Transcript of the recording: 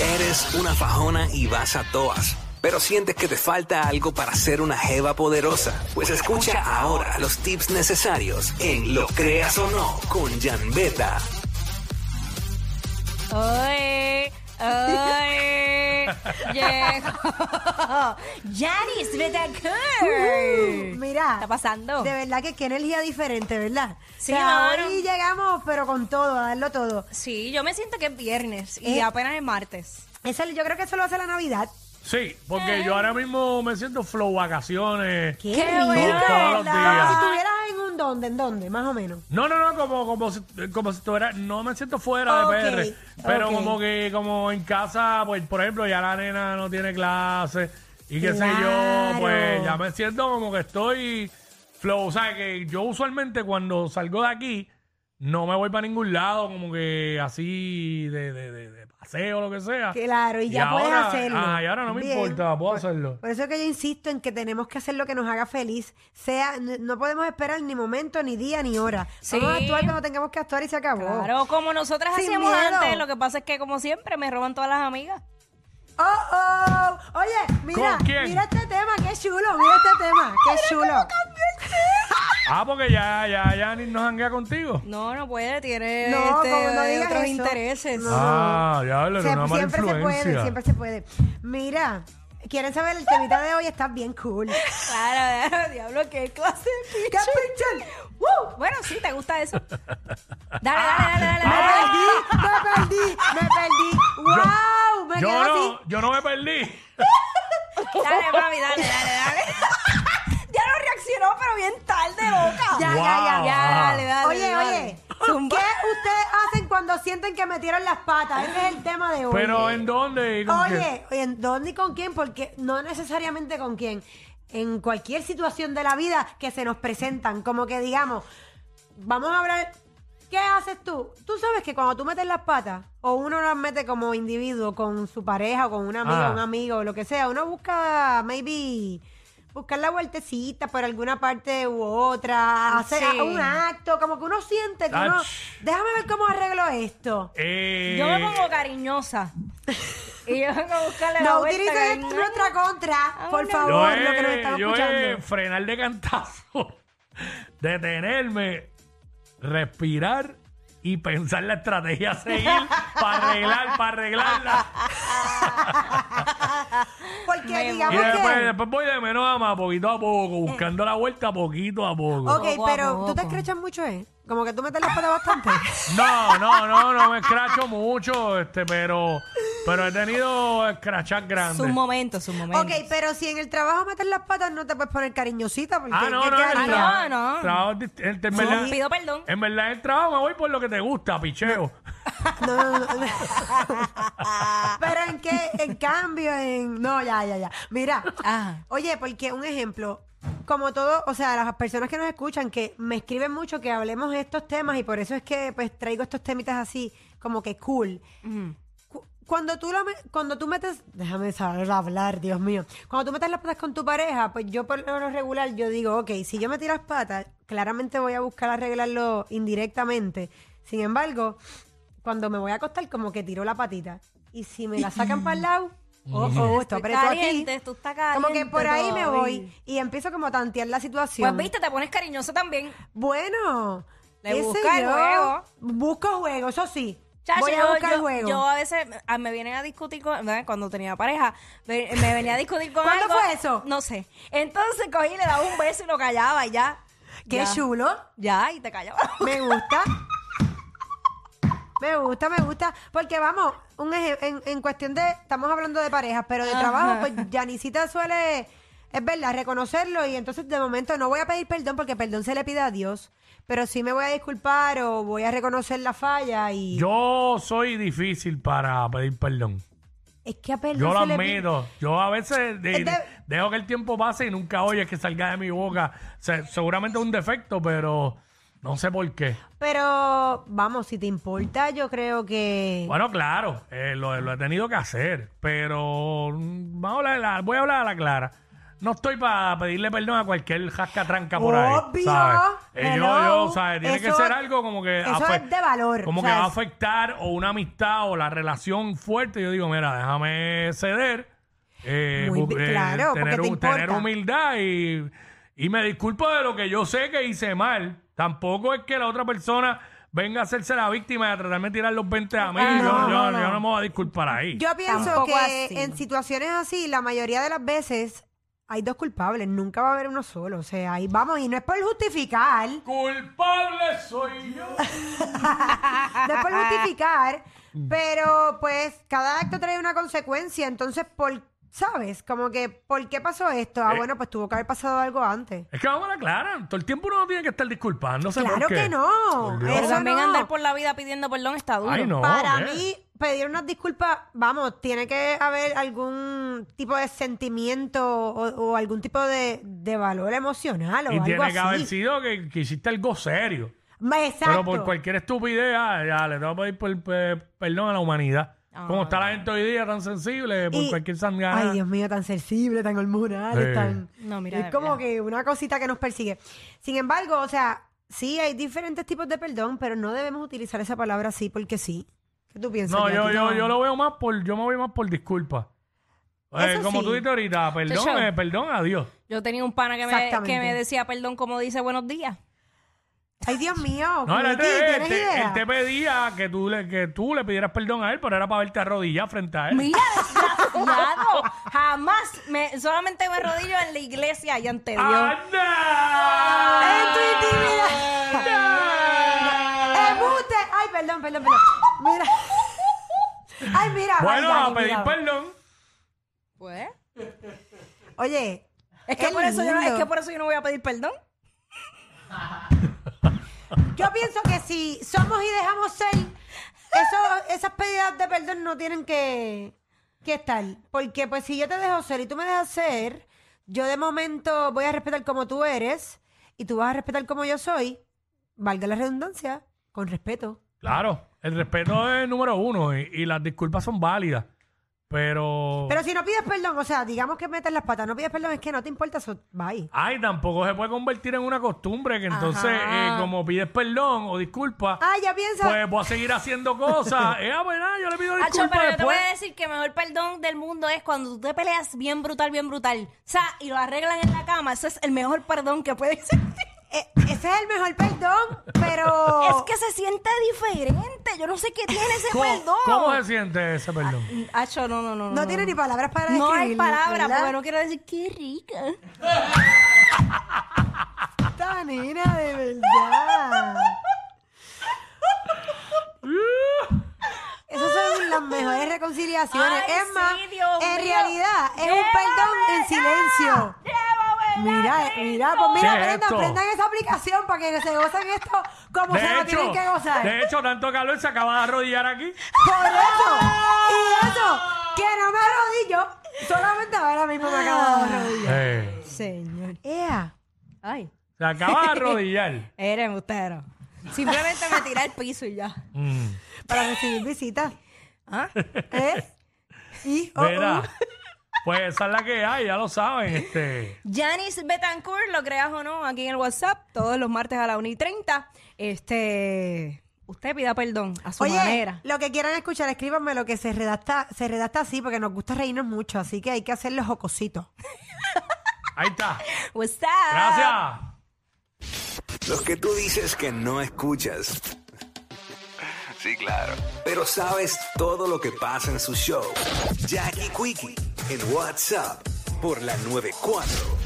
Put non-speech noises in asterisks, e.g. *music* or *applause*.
Eres una fajona y vas a toas. Pero sientes que te falta algo para ser una jeva poderosa. Pues escucha ahora los tips necesarios en Lo Creas o No con Janbeta. Oye, oye, *laughs* llegó Janis Betacur. Uh-huh. Mira. está pasando? De verdad que qué energía diferente, ¿verdad? Sí, O sea, mano. hoy llegamos, pero con todo, a darlo todo. Sí, yo me siento que es viernes y Eh. apenas es martes. Eso, yo creo que eso lo hace la Navidad. Sí, porque yo ahora mismo me siento flow vacaciones. ¡Qué, Qué rico! bueno, Todos los Como días. si estuvieras en un donde, ¿en dónde? Más o menos. No, no, no, como, como si, como si estuviera, no me siento fuera Ok, de PR, pero ok. como que como en casa, pues por ejemplo, ya la nena no tiene clase y qué sé Claro. yo, pues ya me siento como que estoy flow, o sea, que yo usualmente cuando salgo de aquí no me voy para ningún lado, como que así de, de, de, de paseo o lo que sea. Claro, y ya puedes ahora- hacerlo. Ah, y ahora no me Bien. Pues, importa, puedo hacerlo. Por eso es que yo insisto en que tenemos que hacer lo que nos haga feliz. Sea, n- no podemos esperar ni momento, ni día, ni hora. Sí. Vamos a actuar cuando tengamos que actuar y se acabó. Claro, como nosotras Oh. Sin hacíamos miedo. antes, lo que pasa es que como siempre me roban todas las amigas. Oh, oh. Oye, mira, ¿Con quién? mira este tema, qué chulo, mira este tema, qué chulo. Ah, porque ya, ya, ya ni nos hanguea contigo. No, no puede, tiene No, este, como no digas otros eso. intereses. No. Ah, ya, Se- era una mala siempre se influencia. puede, siempre se puede. Mira, ¿quieren saber el temita de hoy? Está bien *laughs* cool. Claro, claro, *laughs* diablo, qué clase de ¡Qué picha. pichón! Uh, bueno, sí, te gusta eso. Dale, dale, dale, dale. Ah. Me Ah. dale. perdí, me perdí, me perdí. ¡Wow! Me yo quedo no, así. yo no me perdí. Dale, mami, dale, dale, dale. *laughs* ya no reaccionó, pero bien tarde, loca. Ya, Wow. ya, ya. Ya, dale, dale. Oye, dale. oye, Zumba. ¿qué ustedes hacen cuando sienten que metieron las patas? Ese es el tema de hoy. Pero ¿en dónde? ¿Y con qué? Oye, oye, ¿en dónde y con quién? Porque no necesariamente con quién. En cualquier situación de la vida que se nos presentan, como que digamos, vamos a hablar, ¿qué haces tú? Tú sabes que cuando tú metes las patas, o uno las mete como individuo, con su pareja, o con una amiga, Ah. un amigo, lo que sea, uno busca, maybe, buscar la vueltecita por alguna parte u otra, hacer Sí. un acto, como que uno siente que uno, Ach. déjame ver cómo arreglo esto. Eh, Yo me pongo cariñosa. y yo vengo a buscarle la No este vuelta. utilicen que- esto en nuestra contra, Ah, por no. yo favor, lo que nos es- están yo escuchando. es frenar de cantazo, *laughs* detenerme, respirar y pensar la estrategia a seguir para arreglar, para *laughs* arreglarla. Porque Me Y digamos voy. después, que... después voy de menos a más, poquito a poco, buscando la vuelta poquito a poco. Ok, Poco a pero tú te poco. escrechas mucho, ¿eh? Como que tú metes las patas *laughs* bastante. No, no, no, no me escracho mucho, este, pero, pero he tenido escrachas grandes. Sus momentos, sus momentos. ok, pero si en el trabajo metes las patas, no te puedes poner cariñosita. Porque Ah, no, ¿qué no, en cariño? el tra- trabajo. no. trabajo es dist- en, en No, verdad, pido perdón. En verdad, en el trabajo me voy por lo que te gusta, picheo. No, no, no, *laughs* no. Pero en qué, en cambio, en. No, ya, ya, ya. Mira. Ajá. Oye, porque un ejemplo. Como todo, o sea, las personas que nos escuchan, que me escriben mucho que hablemos de estos temas y por eso es que pues traigo estos temitas así, como que cool. Cu- Cuando tú, lo me- cuando tú metes, déjame saber hablar, Dios mío. Cuando tú metes las patas con tu pareja, pues yo por lo regular, yo digo, ok, si yo metí las patas, claramente voy a buscar arreglarlo indirectamente. Sin embargo, cuando me voy a acostar, como que tiro la patita. Y si me la sacan para el lado, oh, oh, esto Estoy apretó aquí. caliente, tú estás Como que caliente por ahí me todavía. voy y empiezo como a tantear la situación. Pues viste, te pones cariñosa también. Bueno, Le qué sé busca el yo. juego. Busco juego, eso sí. Chacho, voy a yo- buscar yo, juego. yo a veces a- me vienen a discutir con, ¿verdad? cuando tenía pareja, ve- me venía a discutir con ¿Cuándo algo. fue eso? No sé. Entonces cogí, le daba un beso y lo callaba y ya. Qué ya. chulo. Ya, y te callaba. Me gusta. Me gusta, me gusta. Porque vamos, un eje- en, en cuestión de, estamos hablando de parejas, pero de Ajá. trabajo, pues Yanisita suele, es verdad, reconocerlo y entonces de momento no voy a pedir perdón porque perdón se le pide a Dios, pero sí me voy a disculpar o voy a reconocer la falla y... Yo soy difícil para pedir perdón. es que a perdón Yo lo se le pide... admito. Yo a veces de- Es de- dejo que el tiempo pase y nunca oyes que salga de mi boca. Se- seguramente es un defecto, pero no sé por qué. Pero vamos, si te importa, yo creo que... Bueno, claro, eh, lo, lo he tenido que hacer, pero mm, vamos a hablar, de la- voy a hablar a la clara. no estoy para pedirle perdón a cualquier jasca tranca por ahí. Obvio. ¿sabes? Eh, yo, Hello. yo, ¿sabes? Tiene que Eso- ser algo como que. eso afe- es de valor, Como ¿sabes? que va a afectar o una amistad o la relación fuerte. Yo digo, mira, déjame ceder. eh, Muy bu- bi- eh, claro, porque tener, te un- tener importa. humildad y, y me disculpo de lo que yo sé que hice mal. Tampoco es que la otra persona venga a hacerse la víctima y a tratarme de tirar los 20 a mí. Ah, yo, no, yo- no, yo no. no me voy a disculpar ahí. Yo pienso Tampoco que así. en situaciones así, la mayoría de las veces hay dos culpables, nunca va a haber uno solo. O sea, ahí vamos, y no es por justificar, no Culpable soy yo. es *laughs* por justificar, Mm. pero pues cada acto trae una consecuencia. Entonces, por, ¿sabes? Como que, ¿por qué pasó esto? Ah, Eh. bueno, pues tuvo que haber pasado algo antes. Es que vamos a la clara. Todo el tiempo uno no tiene que estar disculpándose. Claro ¿por qué? que no. Por Dios. Pero Eso también no. andar por la vida pidiendo perdón está duro. Ay, no. Para eh. mí, pedir unas disculpas, vamos, tiene que haber algún tipo de sentimiento o, o algún tipo de, de valor emocional o Y algo tiene que haber así. sido que, que hiciste algo serio. Ma- Exacto. Pero por cualquier estupidez, ah, ya le tengo que pedir per- per- perdón a la humanidad. Como está la gente hoy día tan sensible por Y- cualquier sangana. Ay, Dios mío, tan sensible, tan hormonal, Sí. tan... No, mira, de es como verdad. que una cosita que nos persigue. Sin embargo, o sea, sí, hay diferentes tipos de perdón, pero no debemos utilizar esa palabra así porque sí. ¿Qué tú piensas? No, Jackie? yo, yo, yo lo veo más por, yo me voy más por disculpa. Eh, Eso como sí. tú dijiste ahorita, perdón, Chacho. eh, perdón, adiós. Yo tenía un pana que me, Exactamente. que me decía perdón como dice buenos días. Ay, Dios mío. No, este, era al Jackie, revés, ¿tienes te- idea? él te pedía que tú, le, que tú le pidieras perdón a él, pero era para verte arrodillar frente a él. Mira, desgraciado. Jamás. Me, solamente me rodillo en la iglesia y ante Dios. ¡Anda! En tu intimidad. ¡Embuste! Ay, perdón, perdón, perdón. Mira. Ay, mira. Bueno, ay, a Jackie, pedir mira. perdón. Pues. Oye. Es que, qué por eso yo, no- es lindo. que por eso yo no voy a pedir perdón. Yo pienso que si somos y dejamos ser, eso, esas pedidas de perdón no tienen que, que estar. Porque pues si yo te dejo ser y tú me dejas ser, yo de momento voy a respetar como tú eres y tú vas a respetar como yo soy, valga la redundancia, con respeto. Claro, el respeto es número uno y, y las disculpas son válidas, pero... Pero si no pides perdón, o sea, digamos que metes las patas, no pides perdón, es que no te importa eso, bye. Ay, tampoco se puede convertir en una costumbre que entonces Ajá. eh, como pides perdón o disculpas, Ah, ya piensa. pues voy a seguir *laughs* haciendo cosas. eh, ah, pues nada, yo le pido Acho, disculpas pero yo te voy después. a decir que el mejor perdón del mundo es cuando tú te peleas bien brutal, bien brutal. O sea, y lo arreglan en la cama. Ese es el mejor perdón que puede existir. Eh, ese es el mejor perdón, pero... Es que se siente diferente. Yo no sé qué tiene ese Oh. ¿Cómo, perdón. cómo se siente ese perdón? Acho, no, no, no. No tiene ni palabras para No describirlo. hay palabras, ¿verdad? porque *laughs* no quiero decir qué rica. Esta nena, de verdad. Esas son las mejores reconciliaciones. Ay, es más, sí, Dios en mío. realidad es un Llévame perdón en ya. silencio. Mira, eh, mira, pues mira, ¿Qué es aprendan, esto? aprendan esa aplicación para que se gocen esto como se De lo tienen hecho, que gozar. de hecho, tanto calor se acaba de arrodillar aquí. Por eso. ¡Ah! Y eso, que no me arrodillo. Solamente ahora mismo me ¡Ah! acabo de arrodillar. Eh, Señor. Ea. Ay, se acaba de arrodillar. eres embustero. Simplemente me tiré al piso y ya. Mm. Para recibir visitas. ¿Ah? ¿Eh? Y, Uh-uh. oh, Mira, uh. pues esa es la que hay, ya lo saben. Este. Janice Betancourt, lo creas o no, aquí en el WhatsApp, todos los martes a la 1 y 30. Este, usted pida perdón a su Oye, manera. lo que quieran escuchar, escríbanme lo que se redacta, se redacta así porque nos gusta reírnos mucho, así que hay que hacerlo jocosito. Ahí está. What's up? Gracias. Los que tú dices que no escuchas. Sí, claro. Pero sabes todo lo que pasa en su show. Jackie Quickie en WhatsApp por la 94.